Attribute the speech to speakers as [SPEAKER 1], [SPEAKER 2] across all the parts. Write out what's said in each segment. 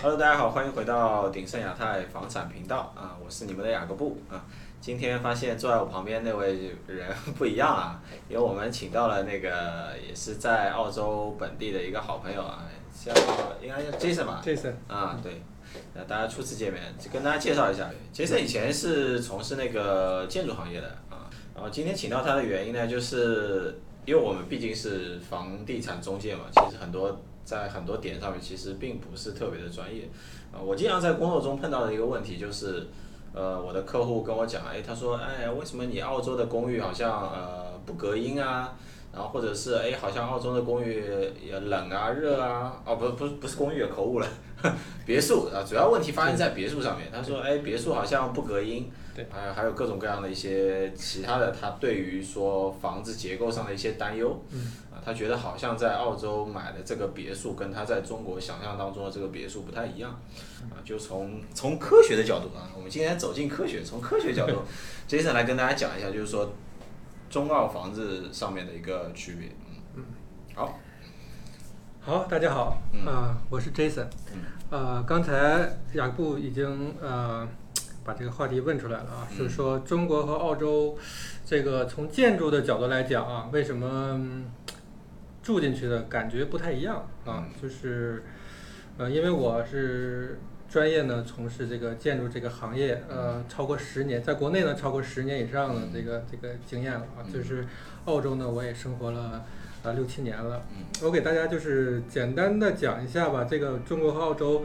[SPEAKER 1] Hello，大家好，欢迎回到鼎盛亚太房产频道啊，我是你们的雅各布啊。今天发现坐在我旁边那位人不一样啊，因为我们请到了那个也是在澳洲本地的一个好朋友啊，叫应该叫 Jason 吧
[SPEAKER 2] Jason
[SPEAKER 1] 啊，对。那大家初次见面，就跟大家介绍一下，Jason 以前是从事那个建筑行业的啊，然后今天请到他的原因呢，就是因为我们毕竟是房地产中介嘛，其实很多在很多点上面其实并不是特别的专业，啊，我经常在工作中碰到的一个问题就是，呃，我的客户跟我讲，哎，他说，哎，为什么你澳洲的公寓好像呃不隔音啊？然后或者是哎，好像澳洲的公寓也冷啊、热啊，哦，不，不是，不是公寓，口误了，别墅啊，主要问题发生在别墅上面。他说，哎，别墅好像不隔音，啊
[SPEAKER 2] 对，
[SPEAKER 1] 还有还有各种各样的一些其他的，他对于说房子结构上的一些担忧，
[SPEAKER 2] 嗯，
[SPEAKER 1] 啊，他觉得好像在澳洲买的这个别墅跟他在中国想象当中的这个别墅不太一样，啊，就从从科学的角度啊，我们今天走进科学，从科学 角度，Jason 来跟大家讲一下，就是说中澳房子上面的一个区别，嗯，好，
[SPEAKER 2] 好，大家好，
[SPEAKER 1] 嗯
[SPEAKER 2] 啊、我是 Jason，
[SPEAKER 1] 嗯
[SPEAKER 2] 呃，刚才雅布已经呃把这个话题问出来了
[SPEAKER 1] 嗯
[SPEAKER 2] 啊，就是说中国和澳洲这个从建筑的角度来讲啊，为什么嗯住进去的感觉不太一样啊
[SPEAKER 1] 嗯？
[SPEAKER 2] 就是呃，因为我是专业呢从事这个建筑这个行业，呃，超过十年，在国内呢超过十年以上的这个这个经验了啊，就是澳洲呢我也生活了呃六七年了。我给大家就是简单的讲一下吧，这个中国和澳洲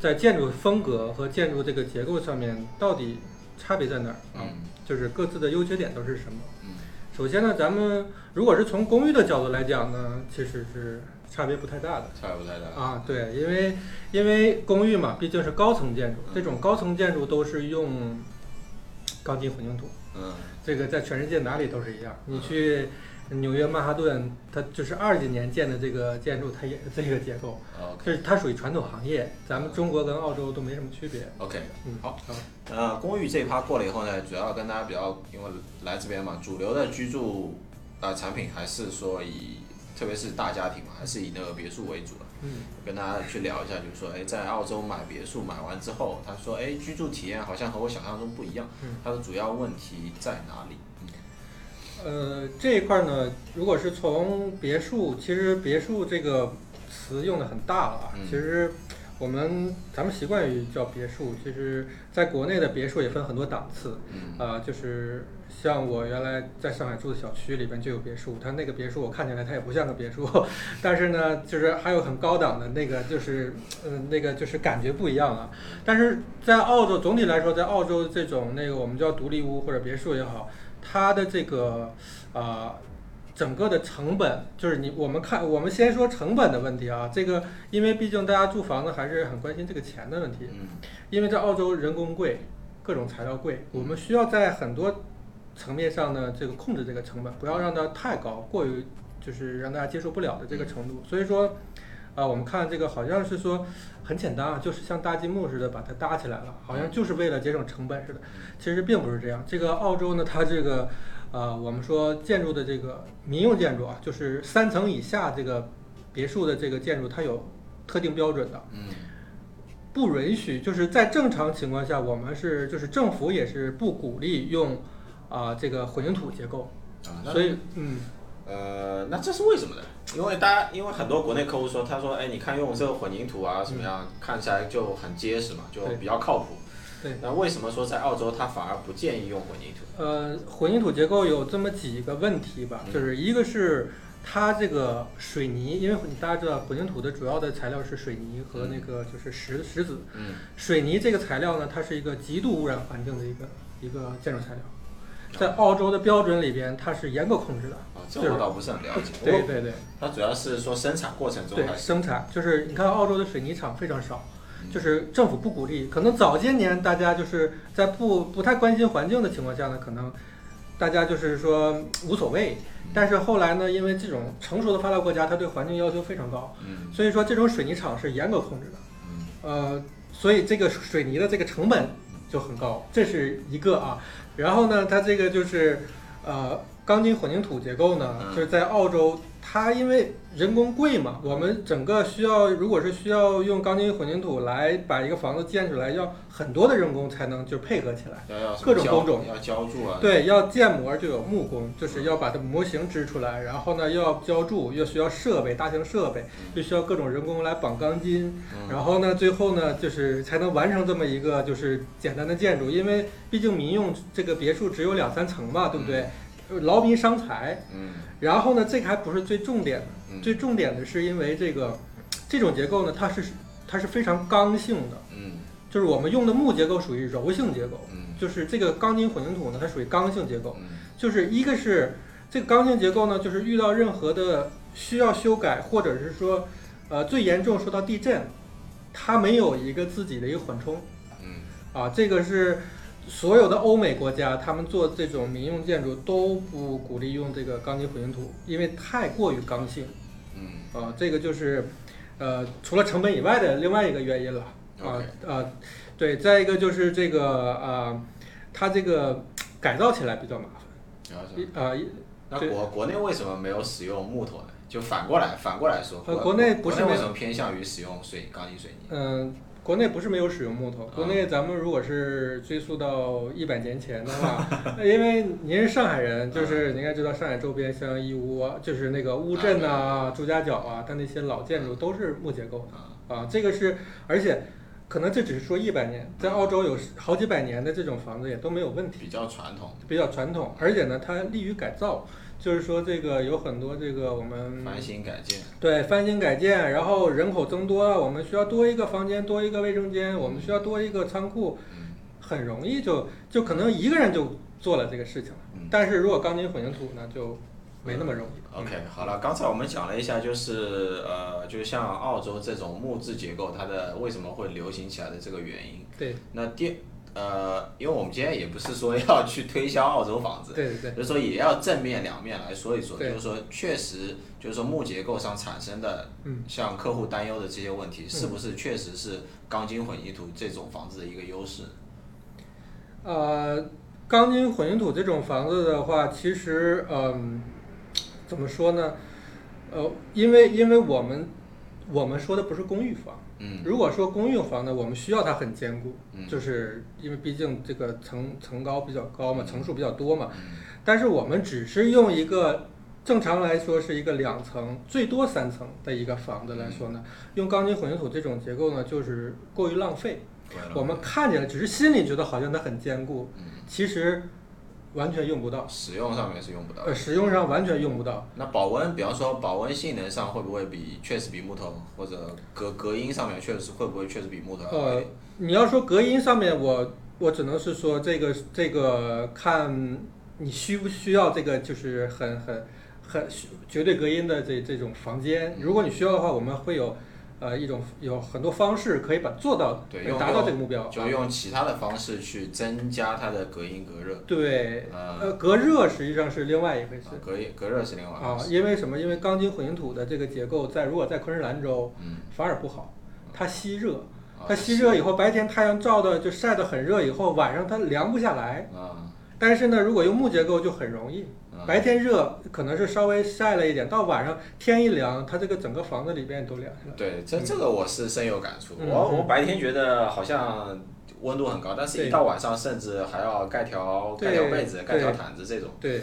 [SPEAKER 2] 在建筑风格和建筑这个结构上面到底差别在哪儿啊？
[SPEAKER 1] 嗯
[SPEAKER 2] 就是各自的优缺点都是什么？
[SPEAKER 1] 嗯
[SPEAKER 2] 首先呢，咱们如果是从公寓的角度来讲呢，其实是差别不太大的。
[SPEAKER 1] 差不太大，
[SPEAKER 2] 啊，对，因为因为公寓嘛，毕竟是高层建筑，这种高层建筑都是用钢筋混凝土，
[SPEAKER 1] 嗯
[SPEAKER 2] 这个在全世界哪里都是一样。你去纽约曼哈顿，它就是二十几年建的这个建筑，它也是这个结构，
[SPEAKER 1] ，OK
[SPEAKER 2] 就是它属于传统行业，咱们中国跟澳洲都没什么区别。
[SPEAKER 1] OK，
[SPEAKER 2] 嗯，
[SPEAKER 1] 好。呃，公寓这一趴过了以后呢，主要跟大家比较，因为来这边嘛，主流的居住呃产品还是说以，特别是大家庭嘛，还是以那个别墅为主了。
[SPEAKER 2] 嗯，
[SPEAKER 1] 跟大家去聊一下，就是说，哎，在澳洲买别墅买完之后，他说，哎，居住体验好像和我想象中不一样。
[SPEAKER 2] 嗯
[SPEAKER 1] 他的主要问题在哪里？
[SPEAKER 2] 呃，这一块呢，如果是从别墅，其实别墅这个词用的很大了啊。
[SPEAKER 1] 嗯
[SPEAKER 2] 其实我们咱们习惯于叫别墅，其实在国内的别墅也分很多档次。
[SPEAKER 1] 嗯
[SPEAKER 2] 啊、就是像我原来在上海住的小区里边就有别墅，它那个别墅我看起来它也不像个别墅，但是呢，就是还有很高档的那个，就是呃那个就是感觉不一样了。但是在澳洲总体来说，在澳洲这种那个我们叫独立屋或者别墅也好，它的这个啊。整个的成本就是你，我们看，我们先说成本的问题啊。这个，因为毕竟大家住房子还是很关心这个钱的问题。
[SPEAKER 1] 嗯
[SPEAKER 2] 因为在澳洲人工贵，各种材料贵，我们需要在很多层面上呢，这个控制这个成本，不要让它太高，过于就是让大家接受不了的这个程度。所以说，啊、我们看这个好像是说很简单啊，就是像搭积木似的把它搭起来了，好像就是为了节省成本似的。其实并不是这样。这个澳洲呢，它这个呃，我们说建筑的这个民用建筑啊，就是三层以下这个别墅的这个建筑，它有特定标准的。
[SPEAKER 1] 嗯
[SPEAKER 2] 不允许，就是在正常情况下，我们是就是政府也是不鼓励用啊、这个混凝土结构，
[SPEAKER 1] 啊，那
[SPEAKER 2] 所以嗯
[SPEAKER 1] 呃，那这是为什么呢？因为大家，因为很多国内客户说，他说，哎，你看用这个混凝土啊，什么样，看起来就很结实嘛，就
[SPEAKER 2] 嗯对
[SPEAKER 1] 比较靠谱。
[SPEAKER 2] 对，
[SPEAKER 1] 那为什么说在澳洲他反而不建议用混凝土？
[SPEAKER 2] 呃混凝土结构有这么几个问题吧，就是一个是它这个水泥，因为大家知道混凝土的主要的材料是水泥和那个就是石石子，
[SPEAKER 1] 嗯
[SPEAKER 2] 水泥这个材料呢，它是一个极度污染环境的一个一个建筑材料，在澳洲的标准里边，它是严格控制的，
[SPEAKER 1] 啊，这
[SPEAKER 2] 就是
[SPEAKER 1] 我倒不是很了解。
[SPEAKER 2] 对对对。
[SPEAKER 1] 它主要是说生产过程中
[SPEAKER 2] 对
[SPEAKER 1] 还是
[SPEAKER 2] 生产，就是你看澳洲的水泥厂非常少
[SPEAKER 1] 嗯，
[SPEAKER 2] 就是政府不鼓励。可能早些年大家就是在不不太关心环境的情况下呢，可能大家就是说嗯无所谓。
[SPEAKER 1] 嗯
[SPEAKER 2] 但是后来呢，因为这种成熟的发达国家，它对环境要求非常高，
[SPEAKER 1] 嗯
[SPEAKER 2] 所以说这种水泥厂是严格控制的。
[SPEAKER 1] 嗯
[SPEAKER 2] 呃，所以这个水泥的这个成本就很高，这是一个啊。然后呢，它这个就是呃钢筋混凝土结构呢，
[SPEAKER 1] 嗯
[SPEAKER 2] 就是在澳洲它因为人工贵嘛，我们整个需要，如果是需要用钢筋混凝土来把一个房子建出来，要很多的人工才能就配合起来。
[SPEAKER 1] 要要什么
[SPEAKER 2] 各种
[SPEAKER 1] 浇
[SPEAKER 2] 工种
[SPEAKER 1] 要浇筑啊，
[SPEAKER 2] 对，要建模就有木工，就是要把它模型织出来，然后呢又要浇筑，又需要设备，大型设备，又需要各种人工来绑钢筋，
[SPEAKER 1] 嗯
[SPEAKER 2] 然后呢最后呢就是才能完成这么一个就是简单的建筑，因为毕竟民用这个别墅只有两三层嘛，对不对？劳民伤财。
[SPEAKER 1] 嗯
[SPEAKER 2] 然后呢，这个还不是最重点的，
[SPEAKER 1] 嗯，
[SPEAKER 2] 最重点的是因为这个这种结构呢，它是它是非常刚性的，
[SPEAKER 1] 嗯
[SPEAKER 2] 就是我们用的木结构属于柔性结构，
[SPEAKER 1] 嗯
[SPEAKER 2] 就是这个钢筋混凝土呢，它属于刚性结构，
[SPEAKER 1] 嗯
[SPEAKER 2] 就是一个是这个刚性结构呢，就是遇到任何的需要修改，或者是说呃最严重受到地震，它没有一个自己的一个缓冲
[SPEAKER 1] 嗯
[SPEAKER 2] 啊，这个是。所有的欧美国家，他们做这种民用建筑都不鼓励用这个钢筋混凝土，因为太过于刚性。
[SPEAKER 1] 嗯
[SPEAKER 2] 啊，这个就是，呃，除了成本以外的另外一个原因了。啊
[SPEAKER 1] OK
[SPEAKER 2] 啊，对，再一个就是这个啊，它这个改造起来比较麻烦。
[SPEAKER 1] 然后是
[SPEAKER 2] 一啊，一
[SPEAKER 1] 那
[SPEAKER 2] 对
[SPEAKER 1] 国国内为什么没有使用木头呢？就反过来反过来说，
[SPEAKER 2] 呃
[SPEAKER 1] 国
[SPEAKER 2] 国内不是
[SPEAKER 1] 国内为
[SPEAKER 2] 没有
[SPEAKER 1] 什么偏向于使用水钢筋水泥？
[SPEAKER 2] 嗯、国内不是没有使用木头，国内咱们如果是追溯到一百年前的话，那因为您是上海人，就是您应该知道上海周边像义乌啊，就是那个乌镇啊、朱家角啊，它那些老建筑都是木结构的。
[SPEAKER 1] 啊，
[SPEAKER 2] 啊，这个是，而且可能这只是说一百年，在澳洲有好几百年的这种房子也都没有问题，
[SPEAKER 1] 比较传统，
[SPEAKER 2] 比较传统，而且呢，它利于改造，就是说这个有很多这个我们
[SPEAKER 1] 翻新改建。
[SPEAKER 2] 对翻新改建，然后人口增多，我们需要多一个房间，多一个卫生间，我们需要多一个仓库，
[SPEAKER 1] 嗯
[SPEAKER 2] 很容易就就可能一个人就做了这个事情了
[SPEAKER 1] 嗯。
[SPEAKER 2] 但是如果钢筋混凝土呢，就没那么容易。
[SPEAKER 1] OK，好了，刚才我们讲了一下，就是呃，就像澳洲这种木质结构，它的为什么会流行起来的这个原因。
[SPEAKER 2] 嗯对
[SPEAKER 1] 那第呃，因为我们今天也不是说要去推销澳洲房子，
[SPEAKER 2] 对对对。
[SPEAKER 1] 就是说也要正面两面来说一说，就
[SPEAKER 2] 对
[SPEAKER 1] 是说确实就是说木结构上产生的
[SPEAKER 2] 嗯
[SPEAKER 1] 像客户担忧的这些问题，是不是确实是钢筋混凝土这种房子的一个优势？
[SPEAKER 2] 呃，钢筋混凝土这种房子的话，其实嗯、怎么说呢？呃，因为因为我们我们说的不是公寓房，
[SPEAKER 1] 嗯
[SPEAKER 2] 如果说公寓房呢，我们需要它很坚固，
[SPEAKER 1] 嗯
[SPEAKER 2] 就是因为毕竟这个层层高比较高嘛，层数比较多嘛。
[SPEAKER 1] 嗯
[SPEAKER 2] 但是我们只是用一个正常来说是一个两层，最多三层的一个房子来说
[SPEAKER 1] 嗯
[SPEAKER 2] 呢，用钢筋混凝土这种结构呢，就是过于浪费。我们看见了，只是心里觉得好像它很坚固，
[SPEAKER 1] 嗯，
[SPEAKER 2] 其实完全用不到，
[SPEAKER 1] 使用上面是用不到的
[SPEAKER 2] 呃，。使用上完全用不到。
[SPEAKER 1] 那保温，比方说保温性能上会不会比确实比木头或者隔隔音上面确实会不会确实比木头要好一
[SPEAKER 2] 呃
[SPEAKER 1] 点？，
[SPEAKER 2] 你要说隔音上面，我我只能是说这个这个看你需不需要这个就是很很很绝对隔音的这这种房间。如果你需要的话，我们会有呃一种有很多方式可以把做到
[SPEAKER 1] 对用
[SPEAKER 2] 哎达到这个目标。啊
[SPEAKER 1] 就用其他的方式去增加它的隔音隔热，
[SPEAKER 2] 对，
[SPEAKER 1] 呃
[SPEAKER 2] 呃，隔热实际上是另外一回事。
[SPEAKER 1] 啊隔夜隔热是另外一
[SPEAKER 2] 啊
[SPEAKER 1] 回，事。
[SPEAKER 2] 因为什么？因为钢筋混凝土的这个结构在如果在昆士兰州
[SPEAKER 1] 嗯，
[SPEAKER 2] 反而不好，它吸热，
[SPEAKER 1] 啊
[SPEAKER 2] 它吸热以后，白天太阳照的就晒得很热，以后晚上它凉不下来。
[SPEAKER 1] 啊，
[SPEAKER 2] 但是呢，如果用木结构就很容易，
[SPEAKER 1] 啊
[SPEAKER 2] 白天热可能是稍微晒了一点，到晚上天一凉，它这个整个房子里边都凉下来。
[SPEAKER 1] 对，这这个我是深有感触。
[SPEAKER 2] 嗯
[SPEAKER 1] 我
[SPEAKER 2] 嗯
[SPEAKER 1] 我白天觉得好像温度很高，但是一
[SPEAKER 2] 对
[SPEAKER 1] 到晚上甚至还要盖条盖
[SPEAKER 2] 对
[SPEAKER 1] 条被子、盖
[SPEAKER 2] 对
[SPEAKER 1] 条毯子这种。
[SPEAKER 2] 对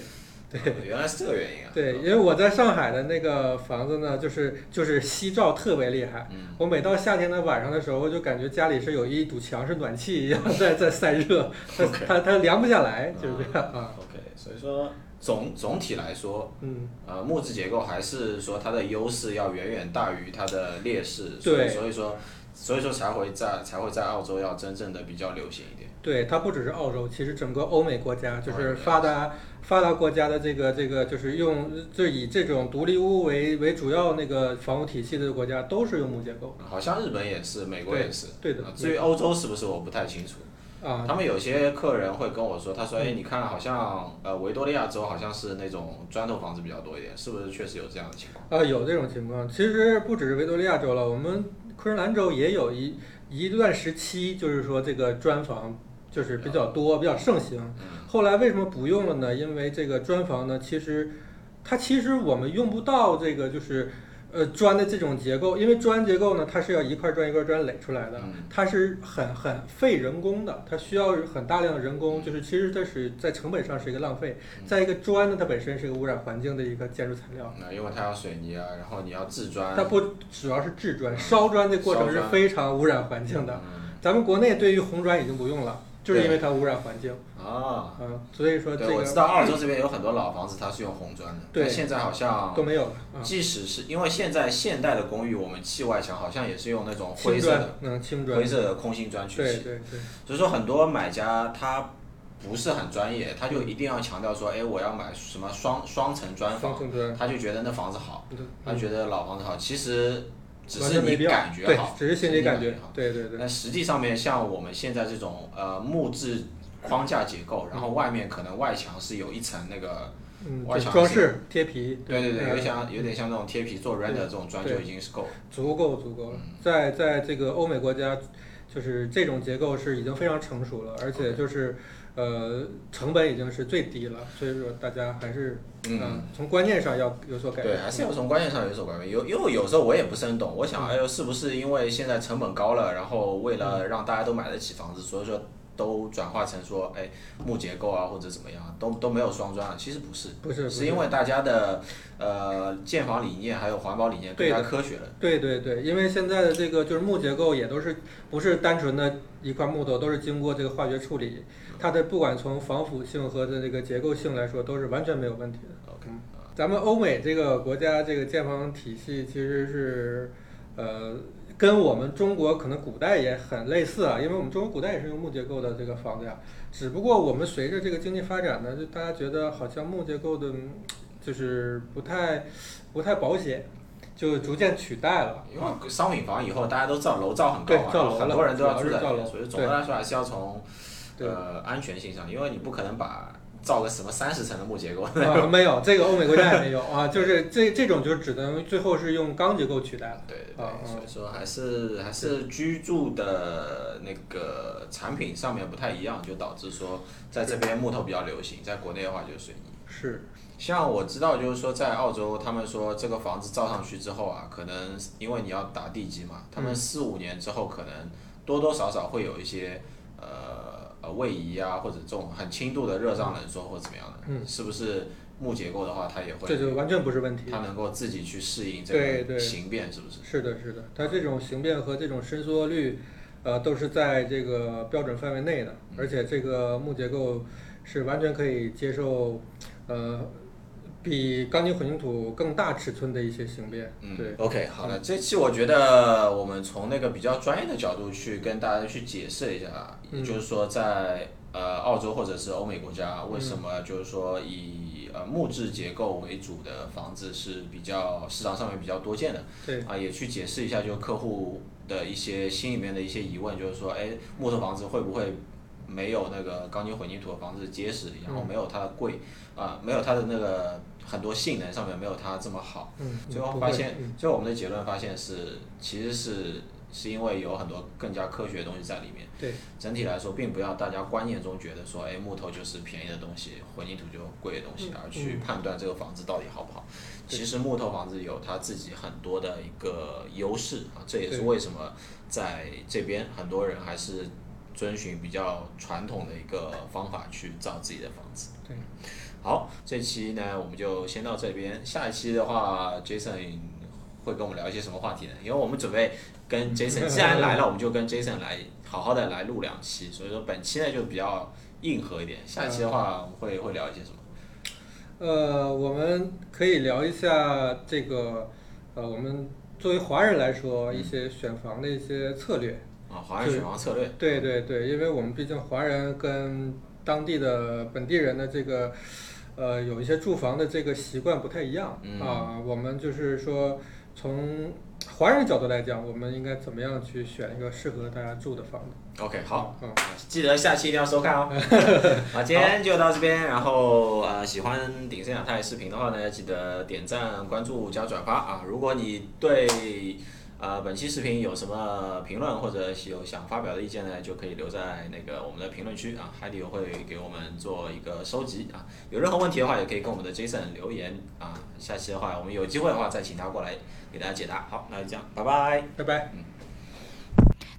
[SPEAKER 1] 对，原来是这个原因啊。
[SPEAKER 2] 对，因为我在上海的那个房子呢，就是就是西照特别厉害。
[SPEAKER 1] 嗯，
[SPEAKER 2] 我每到夏天的晚上的时候，我就感觉家里是有一堵墙是暖气一样 在在散热，它
[SPEAKER 1] OK
[SPEAKER 2] 它它凉不下来，就是这样啊。
[SPEAKER 1] OK，所以说总总体来说，
[SPEAKER 2] 嗯，
[SPEAKER 1] 呃，木质结构还是说它的优势要远远大于它的劣势，所
[SPEAKER 2] 对
[SPEAKER 1] 以所以说所以说才会在才会在澳洲要真正的比较流行一点。
[SPEAKER 2] 对，它不只是澳洲，其实整个欧美国家，就
[SPEAKER 1] 欧美
[SPEAKER 2] 是
[SPEAKER 1] 国家
[SPEAKER 2] 发达发达国家的这个这个，就是用就以这种独立屋为为主要那个房屋体系的国家，都是用木结构
[SPEAKER 1] 好像日本也是，美国也是。
[SPEAKER 2] 对对的
[SPEAKER 1] 啊至于欧洲是不是我不太清楚，
[SPEAKER 2] 啊。
[SPEAKER 1] 他们有些客人会跟我说，他说：“
[SPEAKER 2] 嗯
[SPEAKER 1] 哎，你看，好像呃维多利亚州好像是那种砖头房子比较多一点，是不是确实有这样的情况？
[SPEAKER 2] 啊，有这种情况。其实不只是维多利亚州了，我们昆士兰州也有一一段时期，就是说这个砖房就是
[SPEAKER 1] 嗯
[SPEAKER 2] 比较多，比较盛行。后来为什么不用了呢？因为这个砖房呢，其实它其实我们用不到这个就是。呃，砖的这种结构，因为砖结构呢，它是要一块砖一块砖垒出来的
[SPEAKER 1] 嗯，
[SPEAKER 2] 它是很很费人工的，它需要很大量的人工，就是其实这是在成本上是一个浪费。
[SPEAKER 1] 嗯
[SPEAKER 2] 再一个砖呢，它本身是一个污染环境的一个建筑材料，
[SPEAKER 1] 那因为它要水泥啊，然后你要制砖，
[SPEAKER 2] 它不主要是制砖，烧砖这过程
[SPEAKER 1] 烧
[SPEAKER 2] 是
[SPEAKER 1] 砖
[SPEAKER 2] 非常污染环境的。
[SPEAKER 1] 嗯
[SPEAKER 2] 咱们国内对于红砖已经不用了，就是
[SPEAKER 1] 对
[SPEAKER 2] 因为它污染环境，
[SPEAKER 1] 啊，
[SPEAKER 2] 嗯，所以说这
[SPEAKER 1] 对，我知
[SPEAKER 2] 个
[SPEAKER 1] 道澳洲这边有很多老房子，它是用红砖的，
[SPEAKER 2] 对
[SPEAKER 1] 但现在好像
[SPEAKER 2] 都没有了，嗯，
[SPEAKER 1] 即使是因为现在现代的公寓，我们砌外墙好像也是用那种
[SPEAKER 2] 青
[SPEAKER 1] 灰色
[SPEAKER 2] 砖
[SPEAKER 1] 的，
[SPEAKER 2] 嗯，青砖
[SPEAKER 1] 灰，色的空心砖去
[SPEAKER 2] 对
[SPEAKER 1] 砌，
[SPEAKER 2] 对对，
[SPEAKER 1] 所以说很多买家他不是很专业，他就一定要强调说，哎，我要买什么双双层砖
[SPEAKER 2] 双
[SPEAKER 1] 房，
[SPEAKER 2] 青砖，
[SPEAKER 1] 他就觉得那房子好，
[SPEAKER 2] 对
[SPEAKER 1] 他觉得老房子好，其实只
[SPEAKER 2] 完
[SPEAKER 1] 是
[SPEAKER 2] 全没
[SPEAKER 1] 你
[SPEAKER 2] 必要
[SPEAKER 1] 感觉
[SPEAKER 2] 对
[SPEAKER 1] 好，，
[SPEAKER 2] 只是心里感
[SPEAKER 1] 只是你
[SPEAKER 2] 觉
[SPEAKER 1] 好，。
[SPEAKER 2] 对对对，
[SPEAKER 1] 但实际上面，像我们现在这种呃木质框架结构，然后外面可能外墙是有一层那个，
[SPEAKER 2] 嗯，
[SPEAKER 1] 外
[SPEAKER 2] 就
[SPEAKER 1] 墙
[SPEAKER 2] 装
[SPEAKER 1] 是
[SPEAKER 2] 饰贴皮，
[SPEAKER 1] 对对对，有
[SPEAKER 2] 嗯
[SPEAKER 1] 点像有点像那种贴皮做 render 这种砖
[SPEAKER 2] 对
[SPEAKER 1] 就已经是够了。
[SPEAKER 2] 足够足够了，
[SPEAKER 1] 嗯
[SPEAKER 2] 在在这个欧美国家，就是这种结构是已经非常成熟了，而且就是呃成本已经是最低了，所以说大家还是呃
[SPEAKER 1] 嗯
[SPEAKER 2] 从观念上要有所改
[SPEAKER 1] 对，
[SPEAKER 2] 变，
[SPEAKER 1] 还是要从观念上有所改变。有，因为有时候我也不是很懂，我
[SPEAKER 2] 嗯
[SPEAKER 1] 想，哎呦，是不是因为现在成本高了，然后为了让大家都买得起房子，所以说都转化成说，哎，木结构啊或者怎么样，都都没有双砖啊？其实不是，
[SPEAKER 2] 不是不
[SPEAKER 1] 是因为大家的呃建房理念还有环保理念更加
[SPEAKER 2] 对
[SPEAKER 1] 科学了。
[SPEAKER 2] 对对对，因为现在的这个就是木结构也都是不是单纯的一块木头，都是经过这个化学处理，它的不管从防腐性和的这个结构性来说，都是完全没有问题的。
[SPEAKER 1] OK，
[SPEAKER 2] 嗯咱们欧美这个国家这个建房体系其实是，呃，跟我们中国可能古代也很类似啊，因为我们中国古代也是用木结构的这个房子呀、只不过我们随着这个经济发展呢，就大家觉得好像木结构的，嗯就是不太不太保险，就逐渐取 代了。
[SPEAKER 1] 啊因为商品房以后大家都知道楼造很高
[SPEAKER 2] 对
[SPEAKER 1] 嘛，
[SPEAKER 2] 造楼
[SPEAKER 1] 很
[SPEAKER 2] 了
[SPEAKER 1] 多人都要住在
[SPEAKER 2] 主要
[SPEAKER 1] 里
[SPEAKER 2] 是
[SPEAKER 1] 面，
[SPEAKER 2] 造楼
[SPEAKER 1] 所以总的来说还是要从
[SPEAKER 2] 对
[SPEAKER 1] 呃安全性上，因为你不可能把造个什么三十层的木结构，
[SPEAKER 2] 啊，没有，这个欧美国家也没有啊，就是这这种就只能最后是用钢结构取代了。
[SPEAKER 1] 对对
[SPEAKER 2] 啊
[SPEAKER 1] 对，
[SPEAKER 2] 啊
[SPEAKER 1] 所以说还是还是居住的那个产品上面不太一样，就导致说在这边木头比较流行，在国内的话就是水泥。
[SPEAKER 2] 是，
[SPEAKER 1] 像我知道，就是说在澳洲，他们说这个房子造上去之后啊，可能因为你要打地基嘛，他
[SPEAKER 2] 嗯
[SPEAKER 1] 们四五年之后可能多多少少会有一些呃呃位移啊，或者这种很轻度的热胀冷缩或者怎么样的，
[SPEAKER 2] 嗯
[SPEAKER 1] 是不是木结构的话，它也会
[SPEAKER 2] 这就完全不是问题。
[SPEAKER 1] 它能够自己去适应
[SPEAKER 2] 对
[SPEAKER 1] 这
[SPEAKER 2] 对
[SPEAKER 1] 个形变，是不是？
[SPEAKER 2] 是的，是的，它这种形变和这种伸缩率，呃，都是在这个标准范围内的，
[SPEAKER 1] 嗯
[SPEAKER 2] 而且这个木结构是完全可以接受，呃，比钢筋混凝土更大尺寸的一些形变。
[SPEAKER 1] 嗯
[SPEAKER 2] 对，
[SPEAKER 1] ，OK，好了，这期我觉得我们从那个比较专业的角度去跟大家去解释一下啊，
[SPEAKER 2] 嗯
[SPEAKER 1] 也就是说在呃澳洲或者是欧美国家，为什
[SPEAKER 2] 嗯
[SPEAKER 1] 么就是说以呃木质结构为主的房子是比较市场上面比较多见的，
[SPEAKER 2] 对，
[SPEAKER 1] 啊，也去解释一下就客户的一些心里面的一些疑问，就是说，哎，木头房子会不会没有那个钢筋混凝土的房子结实，然
[SPEAKER 2] 嗯
[SPEAKER 1] 后没有它的贵啊，没有它的那个很多性能上面没有它这么好。
[SPEAKER 2] 嗯，
[SPEAKER 1] 最
[SPEAKER 2] 嗯
[SPEAKER 1] 后
[SPEAKER 2] 不
[SPEAKER 1] 发
[SPEAKER 2] 会
[SPEAKER 1] 现
[SPEAKER 2] 嗯，
[SPEAKER 1] 最后我们的结论发现是，其实是是因为有很多更加科学的东西在里面。
[SPEAKER 2] 对，
[SPEAKER 1] 整体来说，并不要大家观念中觉得说，哎，木头就是便宜的东西，混凝土就贵的东西，而去判断这个房子到底好不好。
[SPEAKER 2] 嗯对
[SPEAKER 1] 其实木头房子有它自己很多的一个优势啊，这也是
[SPEAKER 2] 对
[SPEAKER 1] 为什么在这边很多人还是遵循比较传统的一个方法去造自己的房子。
[SPEAKER 2] 对，
[SPEAKER 1] 好，这期呢我们就先到这边。下一期的话，Jason 会跟我们聊一些什么话题呢？因为我们准备跟 Jason，既然来了，我们就跟 Jason 来好好的来录两期。所以说本期呢就比较硬核一点，下一期的话我们会会聊一些什么？
[SPEAKER 2] 呃，我们可以聊一下这个，呃，我们作为华人来说，一些选房的一些策略。
[SPEAKER 1] 啊，华人选房策略。
[SPEAKER 2] 对对对，因为我们毕竟华人跟当地的本地人的这个，呃，有一些住房的这个习惯不太一样、
[SPEAKER 1] 嗯
[SPEAKER 2] 啊。我们就是说，从华人的角度来讲，我们应该怎么样去选一个适合大家住的房子？
[SPEAKER 1] OK，好。
[SPEAKER 2] 嗯，
[SPEAKER 1] 记得下期一定要收看哦。好，今天就到这边。然后呃，喜欢鼎盛亚太视频的话呢，记得点赞、关注加转发啊。如果你对呃，本期视频有什么评论或者有想发表的意见呢，就可以留在那个我们的评论区啊，海底游会给我们做一个收集啊。有任何问题的话，也可以跟我们的 Jason 留言啊。下期的话，我们有机会的话再请他过来给大家解答。好，那就这样，拜拜。
[SPEAKER 2] 拜拜。